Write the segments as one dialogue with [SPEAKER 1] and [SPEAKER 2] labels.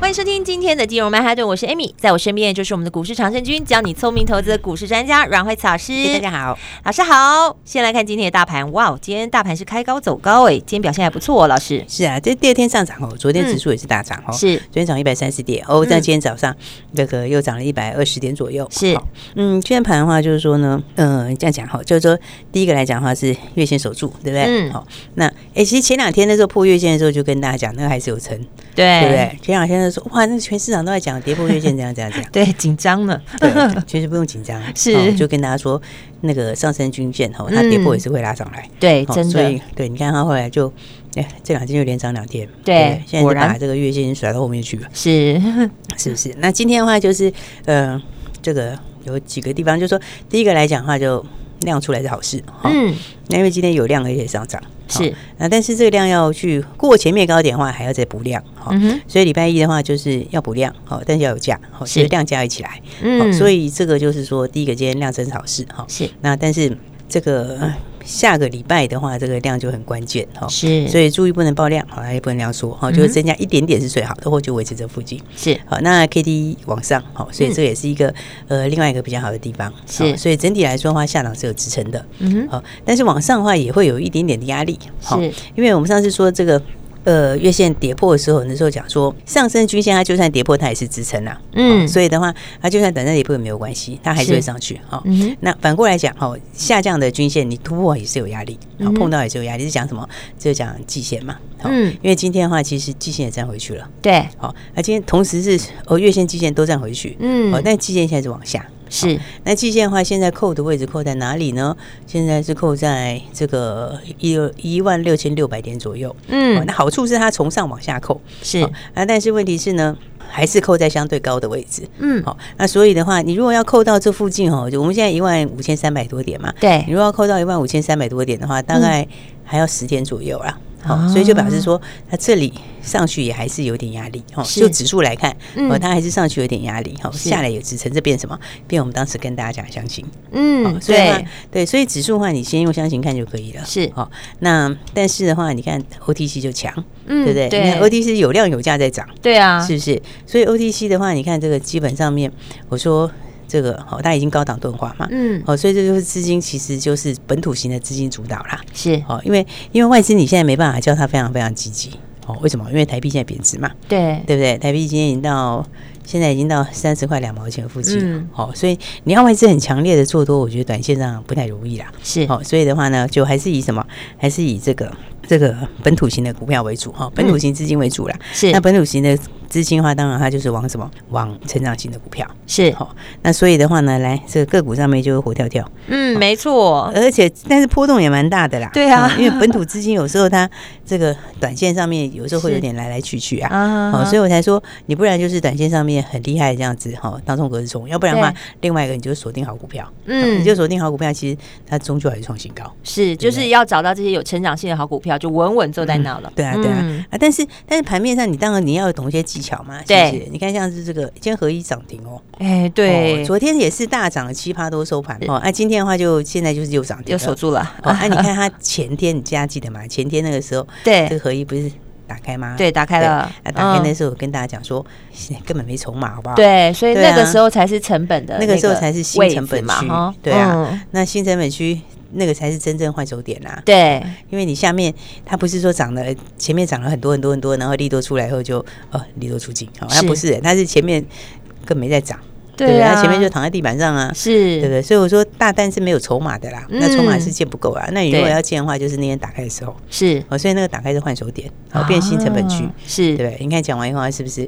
[SPEAKER 1] 欢迎收听今天的金融曼哈顿，我是 Amy，在我身边就是我们的股市常胜军，教你聪明投资的股市专家阮慧慈老师。
[SPEAKER 2] 大家好，
[SPEAKER 1] 老师好。先来看今天的大盘，哇，今天大盘是开高走高哎，今天表现还不错、哦，老师
[SPEAKER 2] 是啊，这第二天上涨哦，昨天指数也是大涨哦，
[SPEAKER 1] 嗯是嗯
[SPEAKER 2] 昨天涨一百三十点哦，但今天早上这个又涨了一百二十点左右，
[SPEAKER 1] 是
[SPEAKER 2] 好嗯，今天盘的话就是说呢，嗯、这样讲哈，就是说第一个来讲的话是月线守住，对不对？
[SPEAKER 1] 嗯
[SPEAKER 2] 好，那哎，其实前两天那时候破月线的时候就跟大家讲，那个还是有撑，对不
[SPEAKER 1] 哎
[SPEAKER 2] 对？前两天就说哇，那全市场都在讲跌破月线怎样怎样怎 样。
[SPEAKER 1] 对，紧张呢，
[SPEAKER 2] 对，其实不用紧张，
[SPEAKER 1] 是
[SPEAKER 2] 哦就跟大家说，那个上升均线哈，它跌破也是会拉上来，
[SPEAKER 1] 对，
[SPEAKER 2] 哦
[SPEAKER 1] 哎真
[SPEAKER 2] 所
[SPEAKER 1] 的
[SPEAKER 2] 以对，你看它后来就，哎，这两天就连涨两天，
[SPEAKER 1] 对
[SPEAKER 2] 不现在
[SPEAKER 1] 果
[SPEAKER 2] 就
[SPEAKER 1] 然
[SPEAKER 2] 把这个月线甩到后面去了，
[SPEAKER 1] 是
[SPEAKER 2] 是不是？那今天的话就是，呃，这个有几个地方，就是说第一个来讲的话就。量出来是好事，哈、
[SPEAKER 1] 嗯
[SPEAKER 2] 那因为今天有量而且上涨，
[SPEAKER 1] 是
[SPEAKER 2] 哦那但是这个量要去过前面高点的话，还要再补量，哈、
[SPEAKER 1] 嗯哼
[SPEAKER 2] 所以礼拜一的话就是要补量，好、但是要有价，好、
[SPEAKER 1] 是
[SPEAKER 2] 所以量价一起来，
[SPEAKER 1] 嗯，
[SPEAKER 2] 哦所以这个就是说，第一个今天量增好事哈、
[SPEAKER 1] 是
[SPEAKER 2] 那但是这个呃下个礼拜的话，这个量就很关键哈、
[SPEAKER 1] 是
[SPEAKER 2] 所以注意不能爆量，好、也不能量缩
[SPEAKER 1] 嗯
[SPEAKER 2] 哈、
[SPEAKER 1] 哼
[SPEAKER 2] 就是增加一点点是最好的，或就维持这附近。
[SPEAKER 1] 是
[SPEAKER 2] 好，那 K D 往上，好、所以这也是一个、呃另外一个比较好的地方。
[SPEAKER 1] 嗯是
[SPEAKER 2] 好所以整体来说的话，下档是有支撑的。
[SPEAKER 1] 嗯哼
[SPEAKER 2] 好、但是往上的话也会有一点点的压力。好
[SPEAKER 1] 是
[SPEAKER 2] 因为我们上次说这个呃月线跌破的时候，那时候讲说上升均线它就算跌破，它也是支撑啊。
[SPEAKER 1] 嗯
[SPEAKER 2] 哦所以的话，它就算短暂跌破也没有关系，它还是
[SPEAKER 1] 是
[SPEAKER 2] 会上去。好、
[SPEAKER 1] 嗯哼
[SPEAKER 2] 那反过来讲，哦，下降的均线你突破也是有压力，
[SPEAKER 1] 嗯
[SPEAKER 2] 好、
[SPEAKER 1] 哼
[SPEAKER 2] 碰到也是有压力。是讲什么？就讲季线嘛。好
[SPEAKER 1] 嗯
[SPEAKER 2] 因为今天的话，其实季线也站回去了。
[SPEAKER 1] 对
[SPEAKER 2] 好、那今天同时是哦月线、季线都站回去。
[SPEAKER 1] 嗯
[SPEAKER 2] 哦，但季线现在是往下。哦
[SPEAKER 1] 是
[SPEAKER 2] 那季线的话，现在扣的位置扣在哪里呢？现在是扣在这个一一万六千六百点左右。哦
[SPEAKER 1] 嗯
[SPEAKER 2] 那好处是它从上往下扣，
[SPEAKER 1] 是
[SPEAKER 2] 哦啊，但是问题是呢，还是扣在相对高的位置。
[SPEAKER 1] 嗯
[SPEAKER 2] 好、那所以的话，你如果要扣到这附近哦，就我们现在一万五千三百多点嘛，
[SPEAKER 1] 对
[SPEAKER 2] 你如果要扣到一万五千三百多点的话，大概还要十天左右啦。好、
[SPEAKER 1] 嗯啊
[SPEAKER 2] 所以就表示说，它这里上去也还是有点压力哦。
[SPEAKER 1] 是
[SPEAKER 2] 就指数来看，
[SPEAKER 1] 嗯
[SPEAKER 2] 哦，它还是上去有点压力，哦，
[SPEAKER 1] 是
[SPEAKER 2] 下来有支撑，这变什么？变我们当时跟大家讲箱型。
[SPEAKER 1] 嗯
[SPEAKER 2] 所以的话
[SPEAKER 1] 对
[SPEAKER 2] 对，所以指数的话，你先用箱型看就可以了。
[SPEAKER 1] 是
[SPEAKER 2] 哦，那但是的话，你看 OTC 就强，
[SPEAKER 1] 嗯
[SPEAKER 2] 对不对？你看 OTC 有量有价在涨，
[SPEAKER 1] 对啊
[SPEAKER 2] 是不是？所以 OTC 的话，你看这个基本上面，我说这个好、哦，它已经高档钝化嘛，
[SPEAKER 1] 嗯
[SPEAKER 2] 哦，所以这就是资金其实就是本土型的资金主导啦，
[SPEAKER 1] 是
[SPEAKER 2] 哦，因为因为外资你现在没办法叫它非常非常积极，哦，为什么？因为台币现在贬值嘛，
[SPEAKER 1] 对
[SPEAKER 2] 对不对？台币今天已经到现在已经到三十块两毛钱附近了，
[SPEAKER 1] 嗯
[SPEAKER 2] 哦，所以你要外资很强烈的做多，我觉得短线上不太容易啦，
[SPEAKER 1] 是
[SPEAKER 2] 哦，所以的话呢，就还是以什么？还是以这个这个本土型的股票为主哈、哦，本土
[SPEAKER 1] 嗯
[SPEAKER 2] 型资金为主啦。
[SPEAKER 1] 是
[SPEAKER 2] 那本土型的资金的话，当然它就是往什么？往成长型的股票。
[SPEAKER 1] 是
[SPEAKER 2] 好、那所以的话呢，来这个个股上面就会活跳跳，
[SPEAKER 1] 嗯没错
[SPEAKER 2] 而且但是波动也蛮大的啦。
[SPEAKER 1] 对啊
[SPEAKER 2] 嗯因为本土资金有时候它这个短线上面有时候会有点来来去去啊。
[SPEAKER 1] 啊
[SPEAKER 2] 哦，所以我才说你不然就是短线上面很厉害这样子哈、哦，当中隔日冲；要不然的话
[SPEAKER 1] 对，
[SPEAKER 2] 另外一个你就锁定好股票，
[SPEAKER 1] 嗯
[SPEAKER 2] 你就锁定好股票，其实它终究还是创新高。
[SPEAKER 1] 是，
[SPEAKER 2] 对
[SPEAKER 1] 就
[SPEAKER 2] 不对
[SPEAKER 1] 是要找到这些有成长性的好股票，就稳稳坐在那了。
[SPEAKER 2] 对啊，对啊，
[SPEAKER 1] 嗯
[SPEAKER 2] 啊！但是但是盘面上，你当然你要懂一些技巧嘛，是不
[SPEAKER 1] 对
[SPEAKER 2] 是？你看像是这个，今天合一涨停哦，
[SPEAKER 1] 哎，对
[SPEAKER 2] 哦，昨天也是大涨了七趴多收盘哦，啊，今天的话就现在就是又涨停
[SPEAKER 1] 又
[SPEAKER 2] 了，
[SPEAKER 1] 锁住了。
[SPEAKER 2] 哦，啊，你看它前天你家记得吗？前天那个时候，这个
[SPEAKER 1] 对
[SPEAKER 2] 合一不是打开吗？
[SPEAKER 1] 对，打开了，
[SPEAKER 2] 啊，打开那
[SPEAKER 1] 嗯
[SPEAKER 2] 时候我跟大家讲说， 现在根本没筹码，好不好？，
[SPEAKER 1] 对，所以
[SPEAKER 2] 对啊
[SPEAKER 1] 那个时候才是成本的
[SPEAKER 2] 那
[SPEAKER 1] 个
[SPEAKER 2] 个时候才是新
[SPEAKER 1] 位
[SPEAKER 2] 成本
[SPEAKER 1] 置嘛，
[SPEAKER 2] 区
[SPEAKER 1] 哈，
[SPEAKER 2] 对啊
[SPEAKER 1] 嗯，
[SPEAKER 2] 那新成本区那个才是真正换手点啦、
[SPEAKER 1] 对，
[SPEAKER 2] 因为你下面它不是说涨了，前面涨了很多很多很多，然后利多出来后就哦利多出尽，哦，它
[SPEAKER 1] 是
[SPEAKER 2] 不是，它是前面更没在涨，不
[SPEAKER 1] 对啊，
[SPEAKER 2] 它前面就躺在地板上啊。对不
[SPEAKER 1] 是，
[SPEAKER 2] 对？所以我说大蛋是没有筹码的啦，
[SPEAKER 1] 嗯
[SPEAKER 2] 那筹码是建不够啊。那你如果
[SPEAKER 1] 对
[SPEAKER 2] 要建的话，就是那天打开的时候，
[SPEAKER 1] 是，
[SPEAKER 2] 哦，所以那个打开是换手点，好变新成本区，
[SPEAKER 1] 啊是，啊
[SPEAKER 2] 对不对？你看讲完以后，它是不是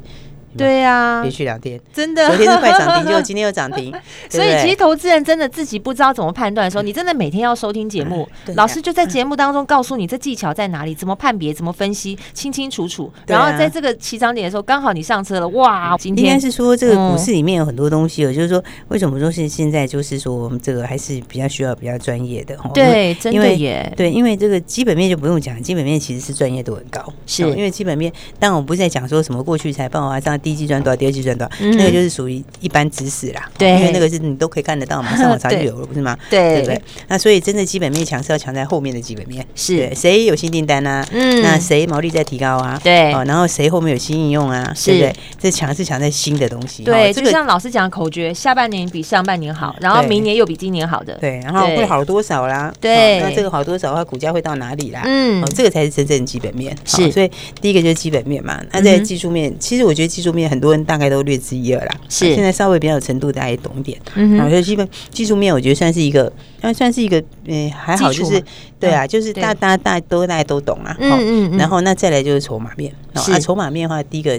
[SPEAKER 1] 对呀、
[SPEAKER 2] 连续两天，
[SPEAKER 1] 真的，
[SPEAKER 2] 昨天是快涨停，结果今天又 涨停，
[SPEAKER 1] 所以其实
[SPEAKER 2] 实
[SPEAKER 1] 投资人真的自己不知道怎么判断的时候，你真的每天要收听节目，
[SPEAKER 2] 对啊
[SPEAKER 1] 老师就在节目当中告诉你这技巧在哪里，怎么判别，怎么分析，清清楚楚。
[SPEAKER 2] 对啊嗯
[SPEAKER 1] 然后在这个起涨点的时候，刚好你上车了，哇，今
[SPEAKER 2] 应该
[SPEAKER 1] 天嗯
[SPEAKER 2] 是说这个股市里面有很多东西哦，就是说为什么说是现在就是说我们这个还是比较需要比较专业的哦，
[SPEAKER 1] 对，真
[SPEAKER 2] 因
[SPEAKER 1] 的
[SPEAKER 2] 为
[SPEAKER 1] 耶，
[SPEAKER 2] 对，因为这个基本面就不用讲，基本面其实是专业度很高，
[SPEAKER 1] 是
[SPEAKER 2] 哦因为基本面，当然我们不是在讲说什么过去财报啊，上第一季赚多少，第二季赚多少，
[SPEAKER 1] 嗯
[SPEAKER 2] 那个就是属于一般知识啦，
[SPEAKER 1] 对
[SPEAKER 2] 因为那个是你都可以看得到嘛，上网查 就
[SPEAKER 1] 对
[SPEAKER 2] 有了，不是吗？对
[SPEAKER 1] 对
[SPEAKER 2] 不对？那所以真的基本面强是要强在后面的基本面，对
[SPEAKER 1] 是，
[SPEAKER 2] 谁有新订单啊？
[SPEAKER 1] 嗯
[SPEAKER 2] 那谁毛利在提高啊？
[SPEAKER 1] 对
[SPEAKER 2] 哦，然后谁后面有新应用啊？
[SPEAKER 1] 是
[SPEAKER 2] 对不对？这强是强在新的东西，
[SPEAKER 1] 对，
[SPEAKER 2] 哦这
[SPEAKER 1] 就
[SPEAKER 2] 个
[SPEAKER 1] 像老师讲的口诀，下半年比上半年好，然后
[SPEAKER 2] 对
[SPEAKER 1] 明年又比今年好的，
[SPEAKER 2] 对，然后
[SPEAKER 1] 对
[SPEAKER 2] 会好多少啦？
[SPEAKER 1] 对
[SPEAKER 2] 哦那这个好多少的话，股价会到哪里啦？
[SPEAKER 1] 嗯
[SPEAKER 2] 哦，，这个才是真正的基本面。
[SPEAKER 1] 是
[SPEAKER 2] 哦所以第一个就是基本面嘛。那
[SPEAKER 1] 嗯
[SPEAKER 2] 在
[SPEAKER 1] 哼
[SPEAKER 2] 技术面，其实我觉得技术面很多人大概都略知一二啦。
[SPEAKER 1] 是
[SPEAKER 2] 现在稍微比较有程度，大家也懂一点。
[SPEAKER 1] 嗯
[SPEAKER 2] 啊，
[SPEAKER 1] 哼，
[SPEAKER 2] 所以基本技术面，我觉得算是一个，那算是一个，嗯，还好，
[SPEAKER 1] 基础
[SPEAKER 2] 就
[SPEAKER 1] 嘛嗯
[SPEAKER 2] 是对啊，就是大
[SPEAKER 1] 对
[SPEAKER 2] 大大都大家都懂啊。哦
[SPEAKER 1] 嗯嗯嗯，
[SPEAKER 2] 然后那再来就是筹码面，哦
[SPEAKER 1] 是
[SPEAKER 2] 啊，筹码面的话，第一个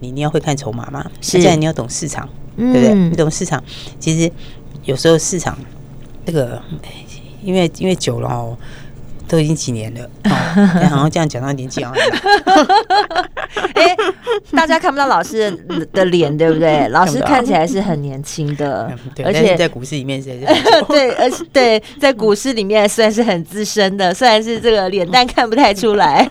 [SPEAKER 2] 你你要会看筹码嘛，
[SPEAKER 1] 是
[SPEAKER 2] 那再来你要懂市场，
[SPEAKER 1] 对
[SPEAKER 2] 对不对？
[SPEAKER 1] 嗯
[SPEAKER 2] 你懂市场，其实有时候市场这个，哎因为因为久了哦，都已经几年了，哦 哎好像这样讲到年纪好像很大
[SPEAKER 1] 哎、大家看不到老师的的脸，对 不对？老师看起来是很年轻的
[SPEAKER 2] 嗯，对，
[SPEAKER 1] 而
[SPEAKER 2] 但是
[SPEAKER 1] 且
[SPEAKER 2] 在股市里面是对
[SPEAKER 1] 对，而且对，在股市里面算是很资深的，虽然是这个脸蛋看不太出来，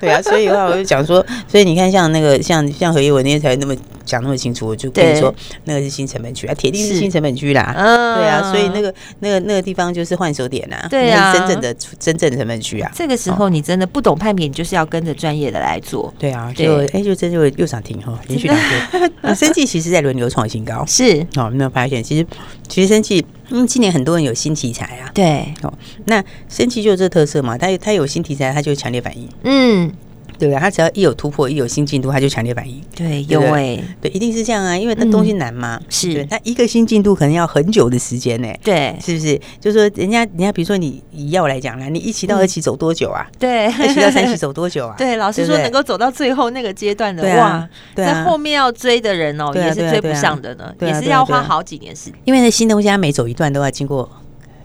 [SPEAKER 2] 对啊，所以的话我就 讲说，所以你看像那个像像何一文那天才那么讲那么清楚，我就跟
[SPEAKER 1] 对
[SPEAKER 2] 你说那个是新成本区啊，铁定是
[SPEAKER 1] 是
[SPEAKER 2] 新成本区啦，
[SPEAKER 1] 嗯，
[SPEAKER 2] 对 啊，所以那个那个那个地方就是换手点呐、啊，
[SPEAKER 1] 对啊
[SPEAKER 2] 那是真正的真正的成本区啊。
[SPEAKER 1] 这个时候你真的不懂判别，你就是要跟着专业的来做，
[SPEAKER 2] 对啊，
[SPEAKER 1] 对
[SPEAKER 2] 就哎、就真就又涨停哈，哦连续两 天。那生技其实在轮流创新高，
[SPEAKER 1] 是
[SPEAKER 2] 哦，有没有发现？其实其实生技，嗯，今年很多人有新题材啊。
[SPEAKER 1] 对，
[SPEAKER 2] 哦，那生技就有这特色嘛，它有它有新题材，它就强烈反应，
[SPEAKER 1] 嗯，
[SPEAKER 2] 对不对？它只要一有突破，一有新进度，它就强烈反应。
[SPEAKER 1] 对，
[SPEAKER 2] 对
[SPEAKER 1] 有
[SPEAKER 2] 不对
[SPEAKER 1] 哎、
[SPEAKER 2] 对，一定是这样啊，因为那东西难嘛。
[SPEAKER 1] 嗯是
[SPEAKER 2] 对它一个新进度可能要很久的时间呢、
[SPEAKER 1] 对
[SPEAKER 2] 是不是？就说人家人家比如说你以药来讲啊啦，你一期到二期走多久啊？
[SPEAKER 1] 对，
[SPEAKER 2] 二期到三期走多久啊？
[SPEAKER 1] 嗯 对，老师
[SPEAKER 2] 不
[SPEAKER 1] 说
[SPEAKER 2] 对
[SPEAKER 1] 能够走到最后那个阶段的
[SPEAKER 2] 对
[SPEAKER 1] 哇
[SPEAKER 2] 啊，对
[SPEAKER 1] 在
[SPEAKER 2] 啊
[SPEAKER 1] 后面要追的人哦，
[SPEAKER 2] 对啊
[SPEAKER 1] 也是
[SPEAKER 2] 对啊
[SPEAKER 1] 追
[SPEAKER 2] 对
[SPEAKER 1] 不
[SPEAKER 2] 啊
[SPEAKER 1] 上的呢，
[SPEAKER 2] 对啊
[SPEAKER 1] 也是
[SPEAKER 2] 对啊
[SPEAKER 1] 要
[SPEAKER 2] 对啊
[SPEAKER 1] 花好几年时间。
[SPEAKER 2] 因为那新东西它每走一段都要经过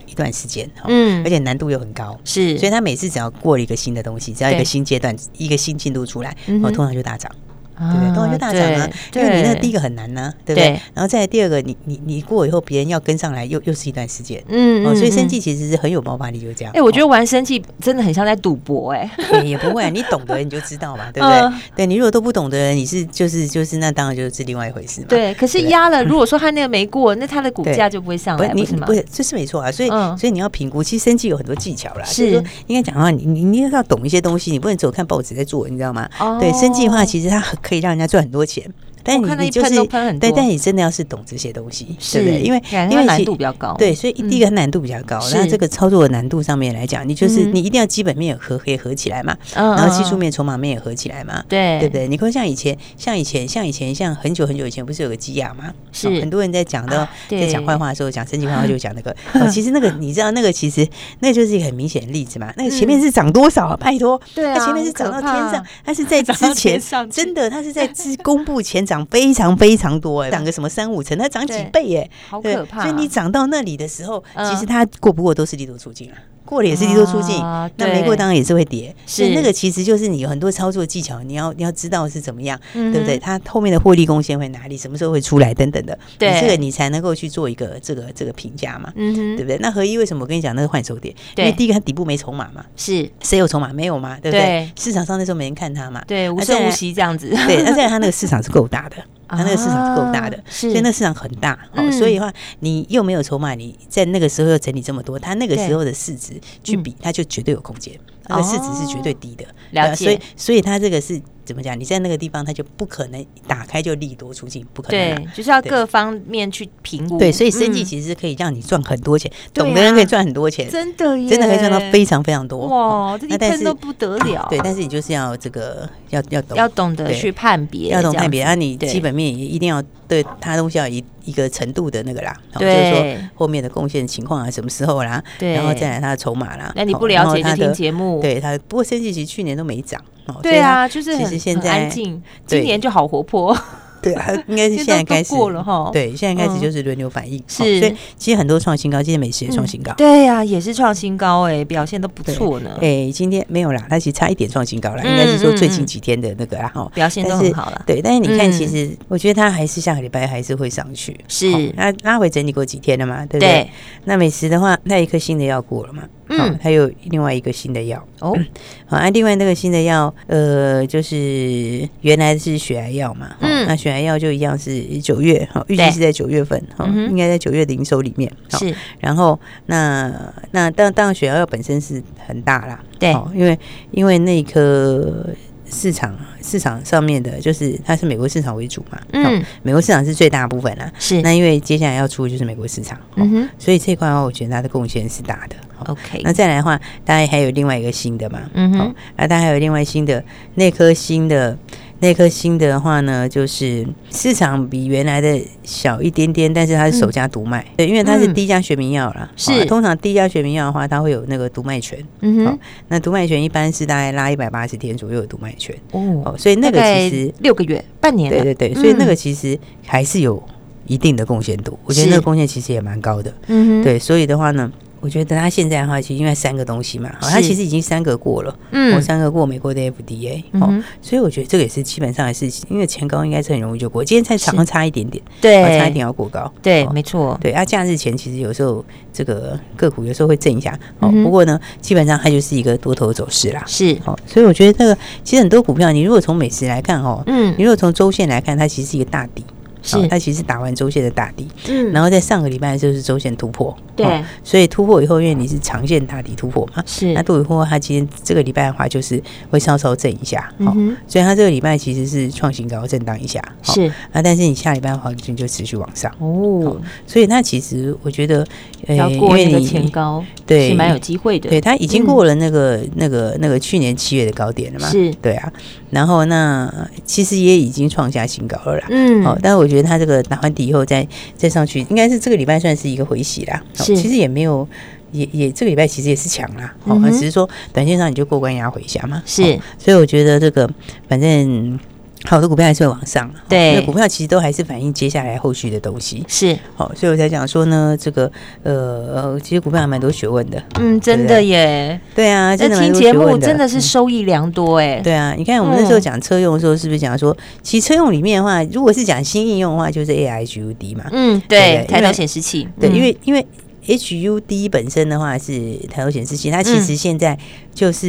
[SPEAKER 2] 一段时间，哦
[SPEAKER 1] 嗯
[SPEAKER 2] 而且难度又很高。
[SPEAKER 1] 是，
[SPEAKER 2] 所以它每次只要过了一个新的东西，只要一
[SPEAKER 1] 对
[SPEAKER 2] 个新阶段、一个新进度出来，
[SPEAKER 1] 嗯
[SPEAKER 2] 我、
[SPEAKER 1] 哼
[SPEAKER 2] 通常就大涨，
[SPEAKER 1] 对
[SPEAKER 2] 对不对？通常就大涨啊，因为你那第一
[SPEAKER 1] 个，
[SPEAKER 2] 个很难呢、对不对？
[SPEAKER 1] 对
[SPEAKER 2] 然后再来第二个，你你你过以后，别人要跟上来又又是一段时间，
[SPEAKER 1] 嗯
[SPEAKER 2] 哦，所以
[SPEAKER 1] 嗯
[SPEAKER 2] 生。计其实是很有爆发力，就是这样。
[SPEAKER 1] 哎、我
[SPEAKER 2] 哦
[SPEAKER 1] 觉得玩生气真的很像在赌博、哎，
[SPEAKER 2] 也也不会、啊，你懂的人你就知道嘛，对不对？
[SPEAKER 1] 嗯
[SPEAKER 2] 对你如果都不懂的人，你是就是就是，那当然就是另外一回事嘛。
[SPEAKER 1] 对。可是
[SPEAKER 2] 对
[SPEAKER 1] 压了，如果说他那个没过，那他的股
[SPEAKER 2] 对
[SPEAKER 1] 价就不会上
[SPEAKER 2] 不
[SPEAKER 1] 来，，啊
[SPEAKER 2] 你
[SPEAKER 1] 不是
[SPEAKER 2] 你
[SPEAKER 1] 吗
[SPEAKER 2] 不？是，这是没错啊。所以，
[SPEAKER 1] 嗯
[SPEAKER 2] 所以你要评估，其实生计有很多技巧啦。就是说应该讲的话，你你你要懂一些东西，你不能只有看报纸在做，你知道吗？
[SPEAKER 1] 哦
[SPEAKER 2] 对，生计的话，其实它很可以让人家赚很多钱，但
[SPEAKER 1] 我
[SPEAKER 2] 你
[SPEAKER 1] 看到
[SPEAKER 2] 你
[SPEAKER 1] 一
[SPEAKER 2] 就
[SPEAKER 1] 喷
[SPEAKER 2] 是
[SPEAKER 1] 都喷很多
[SPEAKER 2] 对，但你真的要是懂这些东西，对不对？因为
[SPEAKER 1] 感觉
[SPEAKER 2] 因为
[SPEAKER 1] 难
[SPEAKER 2] 其
[SPEAKER 1] 度比较高，嗯
[SPEAKER 2] 对，所以第一个难度比较高，
[SPEAKER 1] 是
[SPEAKER 2] 那这个操作的难度上面来讲，你就是
[SPEAKER 1] 嗯哼
[SPEAKER 2] 你一定要基本面有合可以合起来嘛，
[SPEAKER 1] 嗯，嗯
[SPEAKER 2] 然后技术，面、筹码面也合起来嘛
[SPEAKER 1] 嗯。对
[SPEAKER 2] 对不？对？你看像以前，像以前，像以前，像很久很久以前，不是有个基亚吗？哦
[SPEAKER 1] 是
[SPEAKER 2] 很多人在讲到、
[SPEAKER 1] 啊
[SPEAKER 2] 在讲
[SPEAKER 1] 对
[SPEAKER 2] 坏话的时候，讲生气坏话就讲那个。 哦，其实那个你知道，那个其实那个就是一个很明显的例子嘛。那个前面是涨多少啊？拜托，
[SPEAKER 1] 对啊
[SPEAKER 2] 它前面是涨到天
[SPEAKER 1] 很可
[SPEAKER 2] 上
[SPEAKER 1] 怕，
[SPEAKER 2] 它是在
[SPEAKER 1] 涨到
[SPEAKER 2] 之前
[SPEAKER 1] 天上去
[SPEAKER 2] 真的，它是在之公布前涨非常非常多、哎，涨个什么三五成，它涨几
[SPEAKER 1] 对
[SPEAKER 2] 倍哎耶、
[SPEAKER 1] 好
[SPEAKER 2] 对
[SPEAKER 1] 可怕。啊
[SPEAKER 2] 所以你涨到那里的时候，
[SPEAKER 1] 嗯
[SPEAKER 2] 其实它过不过都是利多出尽啊，过了也是利多出尽，
[SPEAKER 1] 啊
[SPEAKER 2] 那没过
[SPEAKER 1] 对
[SPEAKER 2] 当然也是会跌。所以
[SPEAKER 1] 是
[SPEAKER 2] 那个其实就是你有很多操作技巧，你要你要知道是怎么样，
[SPEAKER 1] 嗯哼
[SPEAKER 2] 对不对？它后面的获利贡献会哪里，什么时候会出来等等的，
[SPEAKER 1] 对
[SPEAKER 2] 你这个你才能够去做一个这个这个评价嘛。
[SPEAKER 1] 嗯
[SPEAKER 2] 对
[SPEAKER 1] 哼，
[SPEAKER 2] 不对？那合一为什么我跟你讲那个换手点？因
[SPEAKER 1] 对
[SPEAKER 2] 为第一个它底部没筹码嘛，
[SPEAKER 1] 是，
[SPEAKER 2] 谁有筹码没有嘛？对不
[SPEAKER 1] 对
[SPEAKER 2] 对？市场上那时候没人看它嘛，
[SPEAKER 1] 对，无
[SPEAKER 2] 啊再
[SPEAKER 1] 声
[SPEAKER 2] 来
[SPEAKER 1] 无 息这样子，
[SPEAKER 2] 对，而且它那个市场是够大的， 它那个市场是够大的
[SPEAKER 1] 啊，是
[SPEAKER 2] 所以那市场很大哦
[SPEAKER 1] 嗯。
[SPEAKER 2] 所以的话，你又没有筹码，你在那个时候又整理这么多，它那个
[SPEAKER 1] 对嗯
[SPEAKER 2] 时候的市值去比，它就绝对有空间。那个市值是绝对低的，对啊
[SPEAKER 1] 哦了解
[SPEAKER 2] 所以，所以它这个是怎么讲？你在那个地方，它就不可能打开就利多出尽，不可能啊。
[SPEAKER 1] 对，就是要
[SPEAKER 2] 对
[SPEAKER 1] 各方面去评估，
[SPEAKER 2] 对，所以
[SPEAKER 1] 嗯
[SPEAKER 2] 生计其实是可以让你赚很多钱，
[SPEAKER 1] 对啊
[SPEAKER 2] 懂的人可以赚很多钱，
[SPEAKER 1] 真的耶，
[SPEAKER 2] 真的可以赚到非常非常多。哦
[SPEAKER 1] 哇，这一
[SPEAKER 2] 那但
[SPEAKER 1] 喷
[SPEAKER 2] 是
[SPEAKER 1] 都不得了，
[SPEAKER 2] 对，但是你就是要这个要要懂
[SPEAKER 1] 要懂得
[SPEAKER 2] 对
[SPEAKER 1] 去判别，
[SPEAKER 2] 要懂
[SPEAKER 1] 这样
[SPEAKER 2] 判别，
[SPEAKER 1] 子
[SPEAKER 2] 啊，你
[SPEAKER 1] 对
[SPEAKER 2] 基本面也一定要对它东西要有一一个程度的那个啦，哦就是
[SPEAKER 1] 对
[SPEAKER 2] 说后面的贡献情况啊，什么时候啦，
[SPEAKER 1] 对
[SPEAKER 2] 然后再来它的筹码啦。
[SPEAKER 1] 那你
[SPEAKER 2] 哦
[SPEAKER 1] 不了解
[SPEAKER 2] 然后
[SPEAKER 1] 就
[SPEAKER 2] 它的
[SPEAKER 1] 听节目，
[SPEAKER 2] 对它，不过生技其实去年都没涨，哦，
[SPEAKER 1] 对啊，就是
[SPEAKER 2] 其
[SPEAKER 1] 很
[SPEAKER 2] 实现
[SPEAKER 1] 很安
[SPEAKER 2] 在
[SPEAKER 1] 静，
[SPEAKER 2] 对
[SPEAKER 1] 今年就好活泼，
[SPEAKER 2] 对啊，应该是现
[SPEAKER 1] 现在
[SPEAKER 2] 在
[SPEAKER 1] 都
[SPEAKER 2] 开始
[SPEAKER 1] 过了哈
[SPEAKER 2] 对，现在开始
[SPEAKER 1] 嗯
[SPEAKER 2] 就是轮流反应，哦
[SPEAKER 1] 是嗯
[SPEAKER 2] 所以其实很多创新高，今天美食也创新高。
[SPEAKER 1] 对呀、也是创新高哎、表现都不错呢，
[SPEAKER 2] 哎，今天没有啦，它其实差一点创新高了，
[SPEAKER 1] 嗯
[SPEAKER 2] 应该是说最
[SPEAKER 1] 嗯
[SPEAKER 2] 近
[SPEAKER 1] 嗯
[SPEAKER 2] 几天的那个啦哈。
[SPEAKER 1] 表现都
[SPEAKER 2] 但是
[SPEAKER 1] 很好了，
[SPEAKER 2] 对，但是你看，
[SPEAKER 1] 嗯
[SPEAKER 2] 其实我觉得它还是下个礼拜还是会上去，
[SPEAKER 1] 是
[SPEAKER 2] 哦那拉回整理过几天了嘛，对不对
[SPEAKER 1] 对？，
[SPEAKER 2] 那美食的话，那一颗新的药过了嘛，
[SPEAKER 1] 嗯
[SPEAKER 2] 哦，它有另外一个新的药，嗯
[SPEAKER 1] 哦，
[SPEAKER 2] 好，啊那、另外那个新的药，呃，就是原来是血癌药嘛，哦
[SPEAKER 1] 嗯
[SPEAKER 2] 那血癌药就一样是九月，哈、预计
[SPEAKER 1] 对
[SPEAKER 2] 是在九月份，哈、
[SPEAKER 1] 嗯哼
[SPEAKER 2] 应该在九月的营收里面，好
[SPEAKER 1] 是
[SPEAKER 2] 然后那那当当然血癌药本身是很大啦，
[SPEAKER 1] 对
[SPEAKER 2] 哦因为因为那一颗市场市场上面的，就是它是美国市场为主嘛，
[SPEAKER 1] 嗯
[SPEAKER 2] 哦美国市场是最大部分啦，
[SPEAKER 1] 是，
[SPEAKER 2] 那因为接下来要出的就是美国市场，哦
[SPEAKER 1] 嗯哼
[SPEAKER 2] 所以这一块的话，我觉得它的贡献是大的。哦
[SPEAKER 1] ，OK，
[SPEAKER 2] 那再来的话，当然还有另外一个新的嘛，
[SPEAKER 1] 嗯
[SPEAKER 2] 好
[SPEAKER 1] 哼，，
[SPEAKER 2] 那它还有另外新的那颗新的那颗新的话呢，就是市场比原来的小一点点，但是它是首家独卖，对，因为它是
[SPEAKER 1] 嗯
[SPEAKER 2] 低价学名药啦。
[SPEAKER 1] 是
[SPEAKER 2] 哦通常低价学名药的话，它会有那个独卖权。
[SPEAKER 1] 嗯
[SPEAKER 2] 好
[SPEAKER 1] 哼，
[SPEAKER 2] 那独卖权一般是大概拉一百八十天左右的独卖权。
[SPEAKER 1] 哦，
[SPEAKER 2] 哦，所以那个
[SPEAKER 1] 大概
[SPEAKER 2] 其实，
[SPEAKER 1] 六个月、半年
[SPEAKER 2] 对
[SPEAKER 1] 了，
[SPEAKER 2] 对对，所以那
[SPEAKER 1] 嗯
[SPEAKER 2] 个其实还是有一定的贡献度。我觉得
[SPEAKER 1] 是
[SPEAKER 2] 那个贡献其实也蛮高的。
[SPEAKER 1] 嗯哼，，
[SPEAKER 2] 对，所以的话呢。我觉得它现在的话，其实因为三个东西嘛，好它
[SPEAKER 1] 是
[SPEAKER 2] 其实已经三个过了，我
[SPEAKER 1] 嗯，
[SPEAKER 2] 三个过美国的 FDA，、
[SPEAKER 1] 嗯
[SPEAKER 2] 哦
[SPEAKER 1] 哼，
[SPEAKER 2] 所以我觉得这个也是基本上的事情，因为前高应该是很容易就过，今天才常常差一点点，哦差一
[SPEAKER 1] 对，
[SPEAKER 2] 点要过高，
[SPEAKER 1] 对，
[SPEAKER 2] 哦
[SPEAKER 1] 没错，
[SPEAKER 2] 对，啊，假日前其实有时候这个个股有时候会震一下，哦，
[SPEAKER 1] 嗯哼
[SPEAKER 2] 不过呢，基本上它就是一个多头走势啦，
[SPEAKER 1] 是，
[SPEAKER 2] 哦，所以我觉得这个其实很多股票，你如果从美食来看哦，
[SPEAKER 1] 嗯
[SPEAKER 2] 你，如果从周线来看，它其实是一个大底，
[SPEAKER 1] 是
[SPEAKER 2] 哦，它其实打完周线的大底，
[SPEAKER 1] 嗯
[SPEAKER 2] 然后在上个礼拜就是周线突破，哦
[SPEAKER 1] 对，
[SPEAKER 2] 所以突破以后，因为你是长线大底突破嘛，
[SPEAKER 1] 是
[SPEAKER 2] 那，杜宇货它今天这个礼拜的话，就是会稍稍震一下，
[SPEAKER 1] 嗯
[SPEAKER 2] 哦，
[SPEAKER 1] 哼，
[SPEAKER 2] 所以它这个礼拜其实是创新高震荡一下，哦
[SPEAKER 1] 是，
[SPEAKER 2] 啊，但是你下礼拜的话，你就持续往上，
[SPEAKER 1] 哦，
[SPEAKER 2] 所以那其实我觉得，呃
[SPEAKER 1] 要过那个前高嗯
[SPEAKER 2] 对
[SPEAKER 1] 是蛮有机会的，
[SPEAKER 2] 对，它已经过了那个、那个那个去年七月的高点了嘛，
[SPEAKER 1] 是
[SPEAKER 2] 对啊，然后那其实也已经创下新高了啦。
[SPEAKER 1] 嗯，
[SPEAKER 2] 哦，但我觉得它这个打完底以后再再上去，应该是这个礼拜算是一个回洗啦。哦
[SPEAKER 1] 是
[SPEAKER 2] 其实也没有，也也这个礼拜其实也是强啦。哦
[SPEAKER 1] 嗯，哼
[SPEAKER 2] 只是说短线上你就过关压回一下嘛。
[SPEAKER 1] 是
[SPEAKER 2] 哦所以我觉得这个反正好的股票还是会往上。哦
[SPEAKER 1] 对
[SPEAKER 2] 那股票其实都还是反映接下来后续的东西。
[SPEAKER 1] 是，
[SPEAKER 2] 好、所以我才讲说呢，这个呃呃，其实股票还蛮多学问的。
[SPEAKER 1] 嗯，真的耶，
[SPEAKER 2] 对啊，
[SPEAKER 1] 那
[SPEAKER 2] 真的蛮
[SPEAKER 1] 听
[SPEAKER 2] 多
[SPEAKER 1] 节
[SPEAKER 2] 学
[SPEAKER 1] 目
[SPEAKER 2] 问
[SPEAKER 1] 真的是
[SPEAKER 2] 嗯
[SPEAKER 1] 收益良多哎，
[SPEAKER 2] 对啊，你看我们那
[SPEAKER 1] 嗯
[SPEAKER 2] 时候讲车用的时候，是不是讲说，其实车用里面的话，如果是讲新应用的话，就是 AI HUD 嘛。
[SPEAKER 1] 嗯，
[SPEAKER 2] 对
[SPEAKER 1] 对，
[SPEAKER 2] 因
[SPEAKER 1] 抬头
[SPEAKER 2] 为
[SPEAKER 1] 显示器，
[SPEAKER 2] 对，
[SPEAKER 1] 嗯
[SPEAKER 2] 因为因为 HUD 本身的话是抬头显示器，它
[SPEAKER 1] 嗯
[SPEAKER 2] 其实现在就是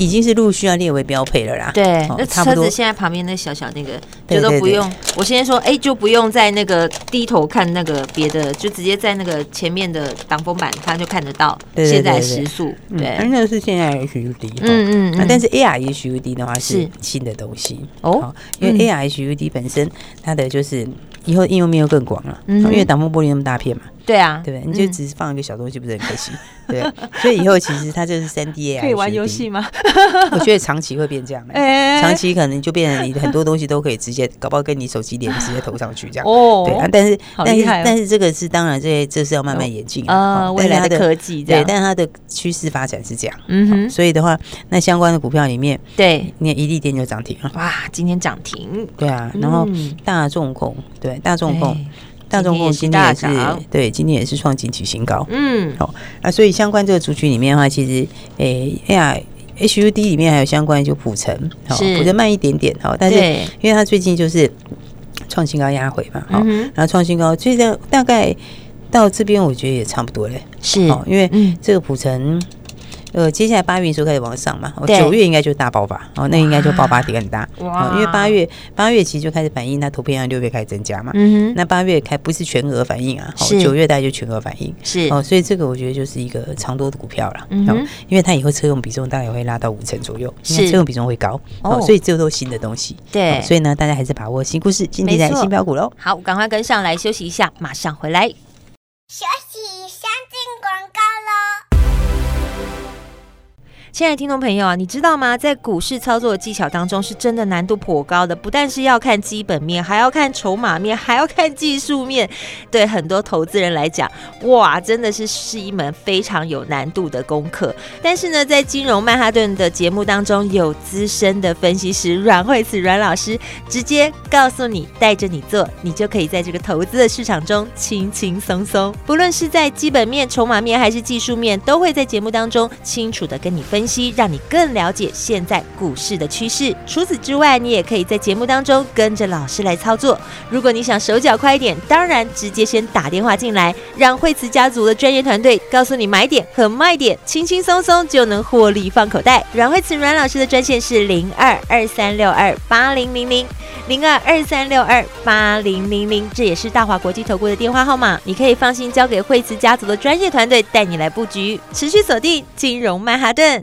[SPEAKER 2] 已经是陆续要列为标配了啦。
[SPEAKER 1] 对
[SPEAKER 2] 哦，
[SPEAKER 1] 那
[SPEAKER 2] 差
[SPEAKER 1] 车
[SPEAKER 2] 不
[SPEAKER 1] 子
[SPEAKER 2] 多
[SPEAKER 1] 现在旁边那小小那个，
[SPEAKER 2] 对
[SPEAKER 1] 就都
[SPEAKER 2] 对
[SPEAKER 1] 不
[SPEAKER 2] 对
[SPEAKER 1] 用。我先说，哎，就不用在那个低头看那个别的，就直接在那个前面的挡风板，它就看得到
[SPEAKER 2] 对对
[SPEAKER 1] 现在
[SPEAKER 2] 对
[SPEAKER 1] 时
[SPEAKER 2] 对
[SPEAKER 1] 速。
[SPEAKER 2] 嗯
[SPEAKER 1] 对，
[SPEAKER 2] 那是现在 HUD 哦。
[SPEAKER 1] 嗯嗯
[SPEAKER 2] 啊
[SPEAKER 1] 嗯，
[SPEAKER 2] 但是 AR HUD 的话是
[SPEAKER 1] 是
[SPEAKER 2] 新的东西
[SPEAKER 1] 哦，
[SPEAKER 2] 因
[SPEAKER 1] 嗯
[SPEAKER 2] 为 AR HUD 本身它的就是以后应用面又更广了，哦
[SPEAKER 1] 嗯
[SPEAKER 2] 因
[SPEAKER 1] 哼
[SPEAKER 2] 为挡风玻璃那么大片嘛，
[SPEAKER 1] 对啊，
[SPEAKER 2] 对不对？你就
[SPEAKER 1] 嗯
[SPEAKER 2] 只是放一个小东西，不是很可惜？对，所以以后其实它就是三 D AR，
[SPEAKER 1] 可以玩游戏
[SPEAKER 2] HUD
[SPEAKER 1] 吗？
[SPEAKER 2] 我觉得长期会变这样、欸，
[SPEAKER 1] 哎
[SPEAKER 2] 长期可能就变成你很多东西都可以直接，搞不好跟你手机连直接投上去这样。
[SPEAKER 1] 哦，
[SPEAKER 2] 对啊，但是
[SPEAKER 1] 好
[SPEAKER 2] 但
[SPEAKER 1] 厉
[SPEAKER 2] 是
[SPEAKER 1] 害哦
[SPEAKER 2] 但是这个是当然，这些这是要慢慢演进啊
[SPEAKER 1] 呃，
[SPEAKER 2] 哦
[SPEAKER 1] 未
[SPEAKER 2] 但
[SPEAKER 1] 来
[SPEAKER 2] 它
[SPEAKER 1] 的科技这
[SPEAKER 2] 对
[SPEAKER 1] 样，，
[SPEAKER 2] 但它的趋势发展是这样。
[SPEAKER 1] 嗯哼，
[SPEAKER 2] 所以的话，那相关的股票里面，
[SPEAKER 1] 对，
[SPEAKER 2] 你看一利店就涨停了，
[SPEAKER 1] 哇，今天涨停，
[SPEAKER 2] 对啊，然后
[SPEAKER 1] 嗯
[SPEAKER 2] 大众控，对大众控，
[SPEAKER 1] 哎
[SPEAKER 2] 大众控
[SPEAKER 1] 今
[SPEAKER 2] 今
[SPEAKER 1] 天
[SPEAKER 2] 天
[SPEAKER 1] 也
[SPEAKER 2] 也
[SPEAKER 1] 是大涨
[SPEAKER 2] 是对，今天也是创近期新高
[SPEAKER 1] 嗯，
[SPEAKER 2] 啊，所以相关这个族群里面的话，其实诶，哎呀，HUD 里面还有相关就普城，哦
[SPEAKER 1] 是
[SPEAKER 2] 普城慢一点点，好，但是
[SPEAKER 1] 对，
[SPEAKER 2] 因为它最近就是创新高压回嘛，好、
[SPEAKER 1] 嗯哼，
[SPEAKER 2] 然后创新高，所以在大概到这边我觉得也差不多嘞，
[SPEAKER 1] 是，
[SPEAKER 2] 哦，因为
[SPEAKER 1] 嗯，
[SPEAKER 2] 这个普城。呃，接下来八月的时候开始往上嘛，哦
[SPEAKER 1] 对
[SPEAKER 2] 九、月应该就大爆发，哦，那应该就爆发点很大，
[SPEAKER 1] 哇
[SPEAKER 2] 哦，因为八月八月其实就开始反映它投片量六月开始增加嘛，
[SPEAKER 1] 嗯哼，
[SPEAKER 2] 那八月开不是全额反应啊，哦
[SPEAKER 1] 是
[SPEAKER 2] 九、月大概就全额反应，
[SPEAKER 1] 是，
[SPEAKER 2] 哦，所以这个我觉得就是一个长多的股票啦，
[SPEAKER 1] 嗯哼
[SPEAKER 2] 哦，因为它以后车用比重大概也会拉到五成左右，因为
[SPEAKER 1] 是
[SPEAKER 2] 车用比重会高，
[SPEAKER 1] 哦
[SPEAKER 2] 哦，所以这都是新的东西，
[SPEAKER 1] 对
[SPEAKER 2] 哦所以呢，大家还是把握新故事、新题材
[SPEAKER 1] 没、错
[SPEAKER 2] 新标股喽。
[SPEAKER 1] 好，赶快跟上来休息一下，马上回来。
[SPEAKER 3] 学习先进广告喽。
[SPEAKER 1] 亲爱的听众朋友啊，你知道吗？在股市操作的技巧当中，是真的难度颇高的，不但是要看基本面，还要看筹码面，还要看技术面。对很多投资人来讲，哇，真的是是一门非常有难度的功课。但是呢，在金融曼哈顿的节目当中，有资深的分析师阮慧慈阮老师直接告诉你，带着你做，你就可以在这个投资的市场中轻轻松松。不论是在基本面、筹码面还是技术面，都会在节目当中清楚的跟你分析，让你更了解现在股市的趋势。除此之外，你也可以在节目当中跟着老师来操作。如果你想手脚快一点，当然直接先打电话进来，让惠慈家族的专业团队告诉你买点和卖点，轻轻松松就能获利放口袋。阮惠慈阮老师的专线是零二二三六二八零零零零二二三六二八零零零，这也是大华国际投顾的电话号码，你可以放心交给惠慈家族的专业团队带你来布局，持续锁定金融曼哈顿。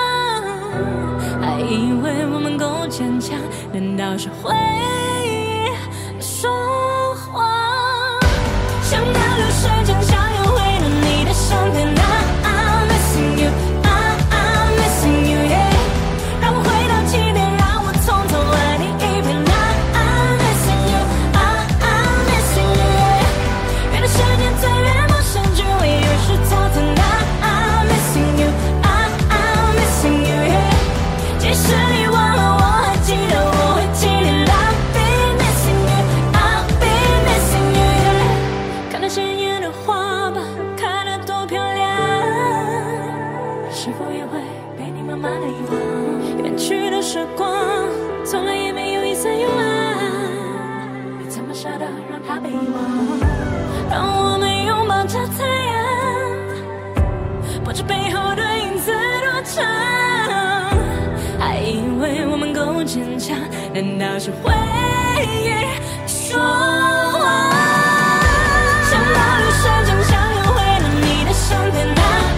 [SPEAKER 4] 还以为我们够坚强，难道是回忆说谎？想倒流时间，想要回到你的身边。I'm missing you, I'm missing you, yeah。让我回到起点，让我从头爱你一遍。I'm missing you, I'm missing you, yeah。远的时间最远，陌生距离越是头疼。I'm missing you, I'm missing you, yeah。即使你忘了，我还记得，我会纪念。I'll be missing you, I'll be missing you, yeah。看那鲜艳的花瓣开得多漂亮，是否也会被你慢慢的遗忘？远去的时光，从来也没有一丝慵懒，你怎么舍得让它被遗忘？让我们拥抱着太阳，不知背后的影子多长，还以为我们够坚强，难道是回忆说谎？想倒流时间，想要回到你的身边。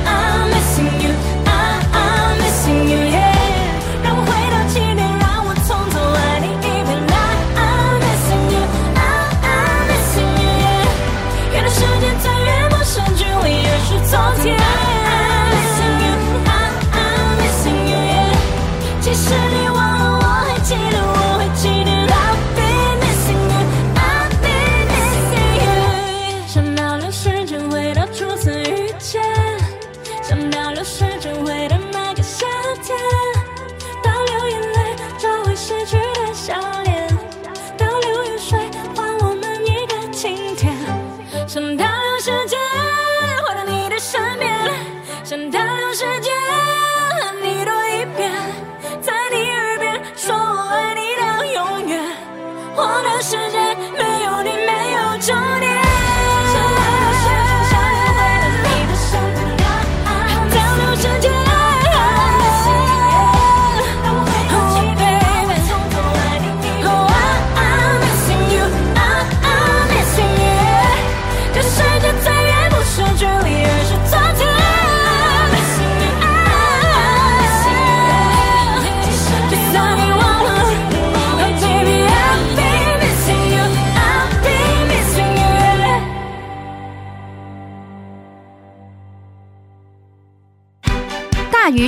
[SPEAKER 4] I'm missing you, I'm missing you, yeah。让我回到起点，让我从头爱你一遍。I'm missing you, I'm missing you, yeah。远的时间再远，陌生距离也是昨天。I'm missing you, I'm missing you, yeah。即使你忘了，我还记得，我会记得。I'll be missing you, I'll be missing you。想倒流时间，回到初次遇见。
[SPEAKER 3] 鱼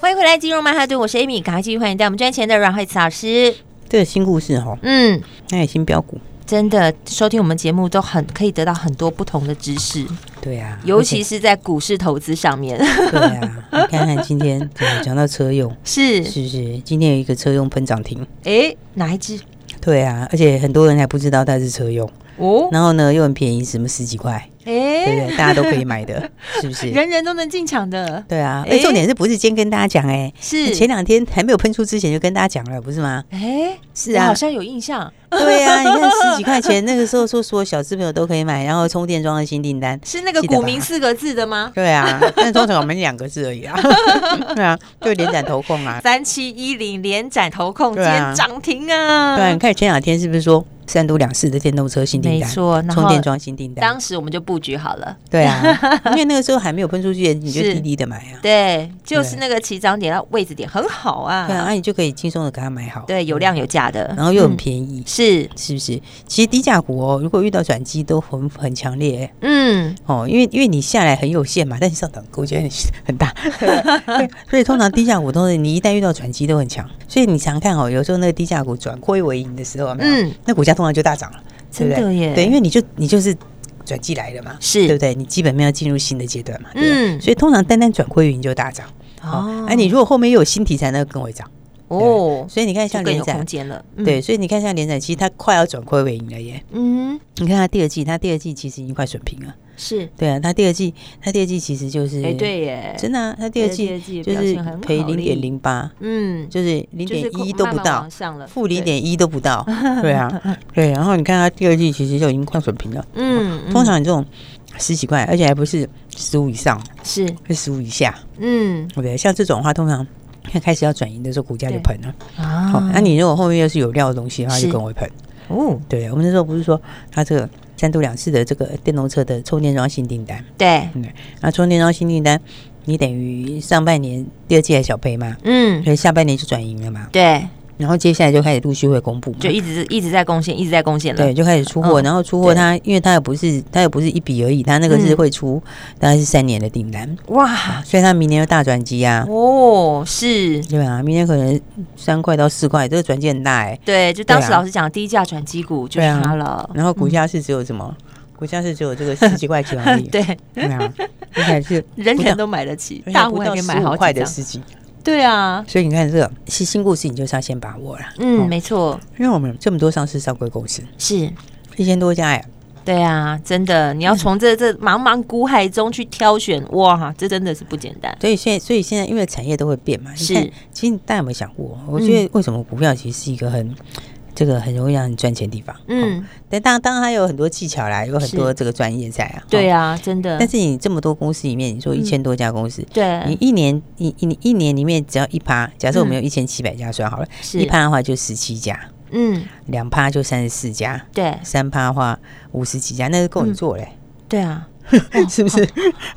[SPEAKER 1] 欢迎回来，金融曼哈顿，我是 Amy，赶快继续欢迎带我们赚钱的阮慧慈老师。
[SPEAKER 2] 这个新故事哈，
[SPEAKER 1] 嗯，
[SPEAKER 2] 那也新标股，
[SPEAKER 1] 真的收听我们节目都很可以得到很多不同的知识，
[SPEAKER 2] 对啊，
[SPEAKER 1] 尤其
[SPEAKER 2] 是
[SPEAKER 1] 是在股市投资上面。
[SPEAKER 2] 对啊，你看看今天对讲到车用，
[SPEAKER 1] 是，
[SPEAKER 2] 是不是？今天有一个车用喷涨停，
[SPEAKER 1] 诶，哪一只？
[SPEAKER 2] 对啊，而且很多人还不知道它是车用，
[SPEAKER 1] 哦，
[SPEAKER 2] 然后呢又很便宜，什么十几块，对不
[SPEAKER 1] 诶，
[SPEAKER 2] 对？大家都可以买的，是不是？
[SPEAKER 1] 哎 人人都能进场的，
[SPEAKER 2] 对啊，
[SPEAKER 1] 哎
[SPEAKER 2] 哎，重点是不是今天跟大家讲？哎，
[SPEAKER 1] 是
[SPEAKER 2] 前两天还没有喷出之前就跟大家讲了，不是 吗？
[SPEAKER 1] 诶，
[SPEAKER 2] 是
[SPEAKER 1] 我
[SPEAKER 2] 啊
[SPEAKER 1] 好，像有印象，
[SPEAKER 2] 对啊，你看十几块钱，那个时候说所有小资朋友都可以买，然后充电桩的新订单，
[SPEAKER 1] 是那个
[SPEAKER 2] 记得吧
[SPEAKER 1] 股民四个字的吗？
[SPEAKER 2] 对啊，但是通常我们两个字而 已啊，对啊，就连展投控啊，
[SPEAKER 1] 三七一零连展投控，今
[SPEAKER 2] 对
[SPEAKER 1] 天
[SPEAKER 2] 啊
[SPEAKER 1] 涨停啊！
[SPEAKER 2] 对啊，你看前两天是不是说三都两市的电动车新订
[SPEAKER 1] 没
[SPEAKER 2] 单，
[SPEAKER 1] 错，然
[SPEAKER 2] 充
[SPEAKER 1] 后
[SPEAKER 2] 电桩新订单
[SPEAKER 1] 当，时我们就布局好了，
[SPEAKER 2] 对啊，因为那个时候还没有喷出去，你就是低低的买啊，
[SPEAKER 1] 对，就是
[SPEAKER 2] 对
[SPEAKER 1] 那个起涨点，那位置点很好
[SPEAKER 2] 对啊，
[SPEAKER 1] 啊，
[SPEAKER 2] 那你就可以轻松的给它买好，
[SPEAKER 1] 对，有量有价的，
[SPEAKER 2] 然后又很
[SPEAKER 1] 嗯
[SPEAKER 2] 便宜，
[SPEAKER 1] 是，
[SPEAKER 2] 是不是？其实低价股哦，如果遇到转机都很很强烈、欸
[SPEAKER 1] 嗯，
[SPEAKER 2] 哦，因为因为你下来很有限嘛，但是上档空间很很 大，对所以通常低价股都是你一旦遇到转机都很强，所以你常看哦，有时候那个低价股转亏为盈的时候，嗯
[SPEAKER 1] 嗯，
[SPEAKER 2] 那股价通常就大涨了，
[SPEAKER 1] 真
[SPEAKER 2] 对不对？
[SPEAKER 1] 的耶，
[SPEAKER 2] 对，因为你就你就是转机来了嘛，
[SPEAKER 1] 是
[SPEAKER 2] 对不对？你基本面要进入新的阶段嘛，对不对
[SPEAKER 1] 嗯
[SPEAKER 2] 所以通常单单转亏为盈就大涨。
[SPEAKER 1] 哦
[SPEAKER 2] 哦，哎、你如果后面又有新题材，那更会涨。
[SPEAKER 1] 哦，
[SPEAKER 2] 所以你看
[SPEAKER 1] 就
[SPEAKER 2] 像
[SPEAKER 1] 更
[SPEAKER 2] 联
[SPEAKER 1] 有空
[SPEAKER 2] 展，
[SPEAKER 1] 间了，嗯
[SPEAKER 2] 对，，所以你看像联展，其实它快要转亏为盈了耶。
[SPEAKER 1] 嗯，
[SPEAKER 2] 你看它第二季，它第二季其实已经快损平了。
[SPEAKER 1] 是，
[SPEAKER 2] 对啊，它第二季，它第二季其实就是，
[SPEAKER 1] 哎，对耶，
[SPEAKER 2] 真的啊、它第二
[SPEAKER 1] 第二季
[SPEAKER 2] 季就
[SPEAKER 1] 表
[SPEAKER 2] 是
[SPEAKER 1] 现很
[SPEAKER 2] 赔
[SPEAKER 1] 好
[SPEAKER 2] 零点零八，
[SPEAKER 1] 嗯，
[SPEAKER 2] 就是零
[SPEAKER 1] 就是
[SPEAKER 2] 点一
[SPEAKER 1] 慢
[SPEAKER 2] 都不
[SPEAKER 1] 慢
[SPEAKER 2] 到
[SPEAKER 1] 往，上了，
[SPEAKER 2] 负
[SPEAKER 1] 对
[SPEAKER 2] 零，点一都 不到，对啊，对。然后你看它第二季其实就已经快水平了，
[SPEAKER 1] 嗯，
[SPEAKER 2] 通常这种十几块，而且还不是十五以上，
[SPEAKER 1] 嗯是，
[SPEAKER 2] 是十五以下，
[SPEAKER 1] 嗯
[SPEAKER 2] 对不对？像这种的话，通常。看开始要转移的时候，股价就
[SPEAKER 1] 对
[SPEAKER 2] 喷了。好，
[SPEAKER 1] 啊
[SPEAKER 2] 那、你如果后面又是有料的东西的话，
[SPEAKER 1] 是
[SPEAKER 2] 就更会喷。
[SPEAKER 1] 哦，
[SPEAKER 2] 对，我们那时候不是说它这个三度两次的这个电动车的充电桩新订单，
[SPEAKER 1] 对，
[SPEAKER 2] 那充电桩新订单，你等于上半年第二季还小赔嘛，
[SPEAKER 1] 嗯，
[SPEAKER 2] 所以下半年就转盈了嘛，
[SPEAKER 1] 对，
[SPEAKER 2] 然后接下来就开始陆续会公布嘛，
[SPEAKER 1] 就一直一直在贡献，一直在贡献了，
[SPEAKER 2] 对，就开始出货，
[SPEAKER 1] 嗯
[SPEAKER 2] 然后出货它，因为它也不是它也不是一笔而已，它那个是
[SPEAKER 1] 嗯
[SPEAKER 2] 会出大概是三年的订单，
[SPEAKER 1] 哇，
[SPEAKER 2] 所以它明年有大转机啊，
[SPEAKER 1] 哦，是。
[SPEAKER 2] 对啊，明年可能三块到四块，这个转机很大哎、
[SPEAKER 1] 对，就当时
[SPEAKER 2] 对啊
[SPEAKER 1] 老师讲低价转机股就是
[SPEAKER 2] 对啊
[SPEAKER 1] 它了。
[SPEAKER 2] 然后股价是只有什么？股价是只有这个十几块钱而 已，
[SPEAKER 1] 对，
[SPEAKER 2] 对啊，而且还是
[SPEAKER 1] 人
[SPEAKER 2] 不
[SPEAKER 1] 人
[SPEAKER 2] 到
[SPEAKER 1] 都买得起
[SPEAKER 2] 而，且
[SPEAKER 1] 大
[SPEAKER 2] 不
[SPEAKER 1] 户还
[SPEAKER 2] 到
[SPEAKER 1] 可以买好
[SPEAKER 2] 15块
[SPEAKER 1] 几
[SPEAKER 2] 的
[SPEAKER 1] 张。
[SPEAKER 2] 十几，
[SPEAKER 1] 对啊，
[SPEAKER 2] 所以你看这个是新故事，你就是要先把握啦。
[SPEAKER 1] 嗯，
[SPEAKER 2] 哦
[SPEAKER 1] 没错，
[SPEAKER 2] 因为我们这么多上市上柜公司，
[SPEAKER 1] 是，
[SPEAKER 2] 一千多家哎，
[SPEAKER 1] 对啊，真的，你要从这这茫茫股海中去挑选，哇，这真的是不简单。
[SPEAKER 2] 所以现在所以现在因为产业都会变嘛，你看
[SPEAKER 1] 是，嗯
[SPEAKER 2] 其实大家有没有想过？我觉得为什么股票其实是一个很这个很容易让你赚钱的地方。哦，
[SPEAKER 1] 嗯，
[SPEAKER 2] 但当当然它有很多技巧啦，有很多
[SPEAKER 1] 是
[SPEAKER 2] 这个专业在啊。哦
[SPEAKER 1] 对啊，真的，
[SPEAKER 2] 但是你这么多公司里面，你说
[SPEAKER 1] 嗯
[SPEAKER 2] 一千多家公司，你
[SPEAKER 1] 对，啊
[SPEAKER 2] 一年一一一年里面只要一趴，假设我们
[SPEAKER 1] 嗯
[SPEAKER 2] 有一千七百家算好了，
[SPEAKER 1] 是
[SPEAKER 2] 一趴的话就十七家，
[SPEAKER 1] 嗯，
[SPEAKER 2] 两趴就三十四家，
[SPEAKER 1] 对，
[SPEAKER 2] 三趴的话五十几家，那是够
[SPEAKER 1] 嗯
[SPEAKER 2] 你做嘞，
[SPEAKER 1] 对啊，
[SPEAKER 2] 是不是？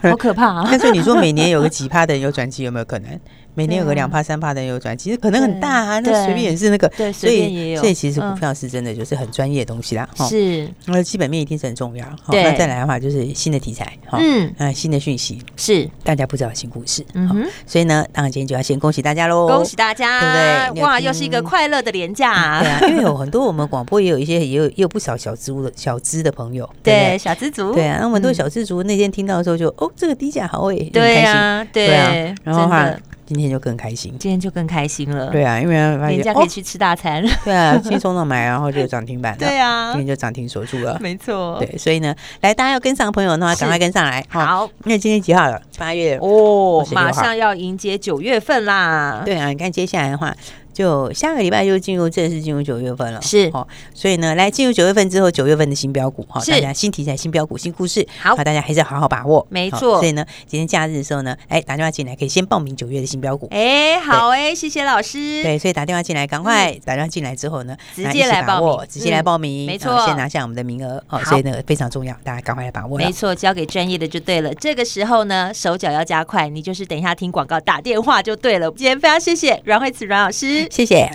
[SPEAKER 1] 好可怕 啊！
[SPEAKER 2] 但是你说每年有个几趴的人有转机，有没有可 能？每年有个
[SPEAKER 1] 对啊
[SPEAKER 2] 两趴、三趴的人有转机，其实可能很大啊。
[SPEAKER 1] 对
[SPEAKER 2] 那随便也是那个，
[SPEAKER 1] 对
[SPEAKER 2] 所
[SPEAKER 1] 随便也
[SPEAKER 2] 以
[SPEAKER 1] 有
[SPEAKER 2] 所以其实股
[SPEAKER 1] 嗯
[SPEAKER 2] 票是真的就是很专业的东西啦。齁，
[SPEAKER 1] 是，
[SPEAKER 2] 那哦基本面一定是很重要。齁
[SPEAKER 1] 对
[SPEAKER 2] 那再来的话就是新的题材，齁，
[SPEAKER 1] 嗯，
[SPEAKER 2] 啊，新的讯息，
[SPEAKER 1] 是，
[SPEAKER 2] 大家不知道的新故事，
[SPEAKER 1] 嗯
[SPEAKER 2] 齁
[SPEAKER 1] 哼，
[SPEAKER 2] 所以呢，当然今天就要先恭喜大家喽，
[SPEAKER 1] 恭喜大
[SPEAKER 2] 对
[SPEAKER 1] 家
[SPEAKER 2] 不对，你有
[SPEAKER 1] 哇，
[SPEAKER 2] 听
[SPEAKER 1] 又是一个快乐的廉价
[SPEAKER 2] 对，啊，因为有很多我们广播也有一些也有也有不少小资的小资的朋友，
[SPEAKER 1] 对，
[SPEAKER 2] 不
[SPEAKER 1] 小知足，
[SPEAKER 2] 对对啊，那我们
[SPEAKER 1] 嗯
[SPEAKER 2] 都小资族那天听到的时候就哦，这个低价好哎，很
[SPEAKER 1] 对
[SPEAKER 2] 开心，
[SPEAKER 1] 啊，
[SPEAKER 2] 对
[SPEAKER 1] 对
[SPEAKER 2] 啊，，然后的
[SPEAKER 1] 真
[SPEAKER 2] 话
[SPEAKER 1] 的，
[SPEAKER 2] 今天就更开心，
[SPEAKER 1] 今天就更开心了，
[SPEAKER 2] 对啊，因为发
[SPEAKER 1] 廉
[SPEAKER 2] 现
[SPEAKER 1] 价可
[SPEAKER 2] 哦
[SPEAKER 1] 以，去吃大餐，
[SPEAKER 2] 对啊，轻松的买，然后就涨停板 了，
[SPEAKER 1] 对啊
[SPEAKER 2] 今天就涨停锁住了。
[SPEAKER 1] 没错，
[SPEAKER 2] 对，所以呢，来，大家要跟上的朋友的话，
[SPEAKER 1] 是
[SPEAKER 2] 赶快跟上来。哈，
[SPEAKER 1] 好
[SPEAKER 2] 因为今天几号了？八月。
[SPEAKER 1] 哦
[SPEAKER 2] 26
[SPEAKER 1] 马
[SPEAKER 2] 号
[SPEAKER 1] 上要迎接九月份啦，
[SPEAKER 2] 对啊，你看接下来的话，就下个礼拜就进入正式进入九月份了。
[SPEAKER 1] 是
[SPEAKER 2] 哦，所以呢，来进入九月份之后，九月份的新标股哈，
[SPEAKER 1] 是
[SPEAKER 2] 大家新题材、新标股、新故事，
[SPEAKER 1] 好
[SPEAKER 2] 大家还是要好好把握。
[SPEAKER 1] 没
[SPEAKER 2] 好
[SPEAKER 1] 错
[SPEAKER 2] 所以呢，今天假日的时候呢，哎，打电话进来可以先报名九月的新标股。
[SPEAKER 1] 哎，好哎，谢谢老师，
[SPEAKER 2] 对，所以打电话进来，赶快打电话进来之后呢，
[SPEAKER 1] 嗯直
[SPEAKER 2] 那
[SPEAKER 1] 接
[SPEAKER 2] 一起
[SPEAKER 1] 来
[SPEAKER 2] 把
[SPEAKER 1] 报
[SPEAKER 2] 握
[SPEAKER 1] 名
[SPEAKER 2] 直接来
[SPEAKER 1] 嗯
[SPEAKER 2] 报名，
[SPEAKER 1] 没
[SPEAKER 2] 然后
[SPEAKER 1] 错
[SPEAKER 2] 先拿下我们的名额哦，
[SPEAKER 1] 好
[SPEAKER 2] 所以呢非常重要，大家赶快来把握了
[SPEAKER 1] 没。错，交给专业的就对了。这个时候呢，手脚要加快，你就是等一下听广告打电话就对了。今天非常谢谢阮慧慈阮老师，
[SPEAKER 2] 谢谢。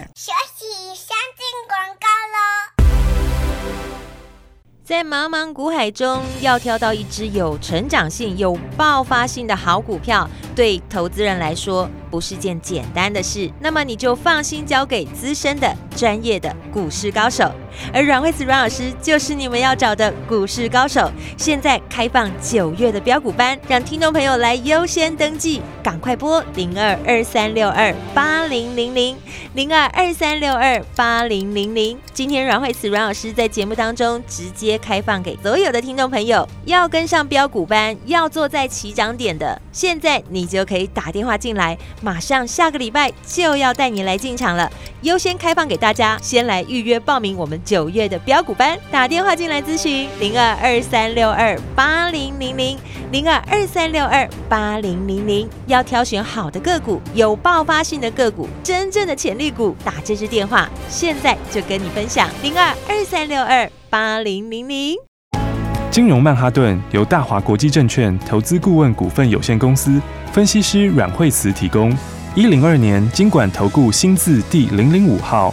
[SPEAKER 1] 在茫茫股海中，要挑到一只有成长性、有爆发性的好股票，对投资人来说不是件简单的事。那么你就放心交给资深的、专业的股市高手，而阮惠慈阮老师就是你们要找的股市高手。现在开放九月的标股班，让听众朋友来优先登记，赶快拨零二二三六二八零零零。零二二三六二八零零零。今天阮慧慈阮老师在节目当中直接开放给所有的听众朋友，要跟上标股班，要坐在起涨点的，现在你就可以打电话进来，马上下个礼拜就要带你来进场了。优先开放给大家，先来预约报名我们九月的标股班，打电话进来咨询零二二三六二八零零零零二二三六二八零零零。要挑选好的个股，有爆发性的个股，真正的潜力股，打这支电话，现在就跟你分享零二二三六二八零零零。
[SPEAKER 5] 金融曼哈顿由大华国际证券投资顾问股份有限公司分析师阮惠慈提供。一零二年经管投顾新字第零零五号。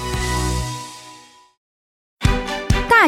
[SPEAKER 3] 大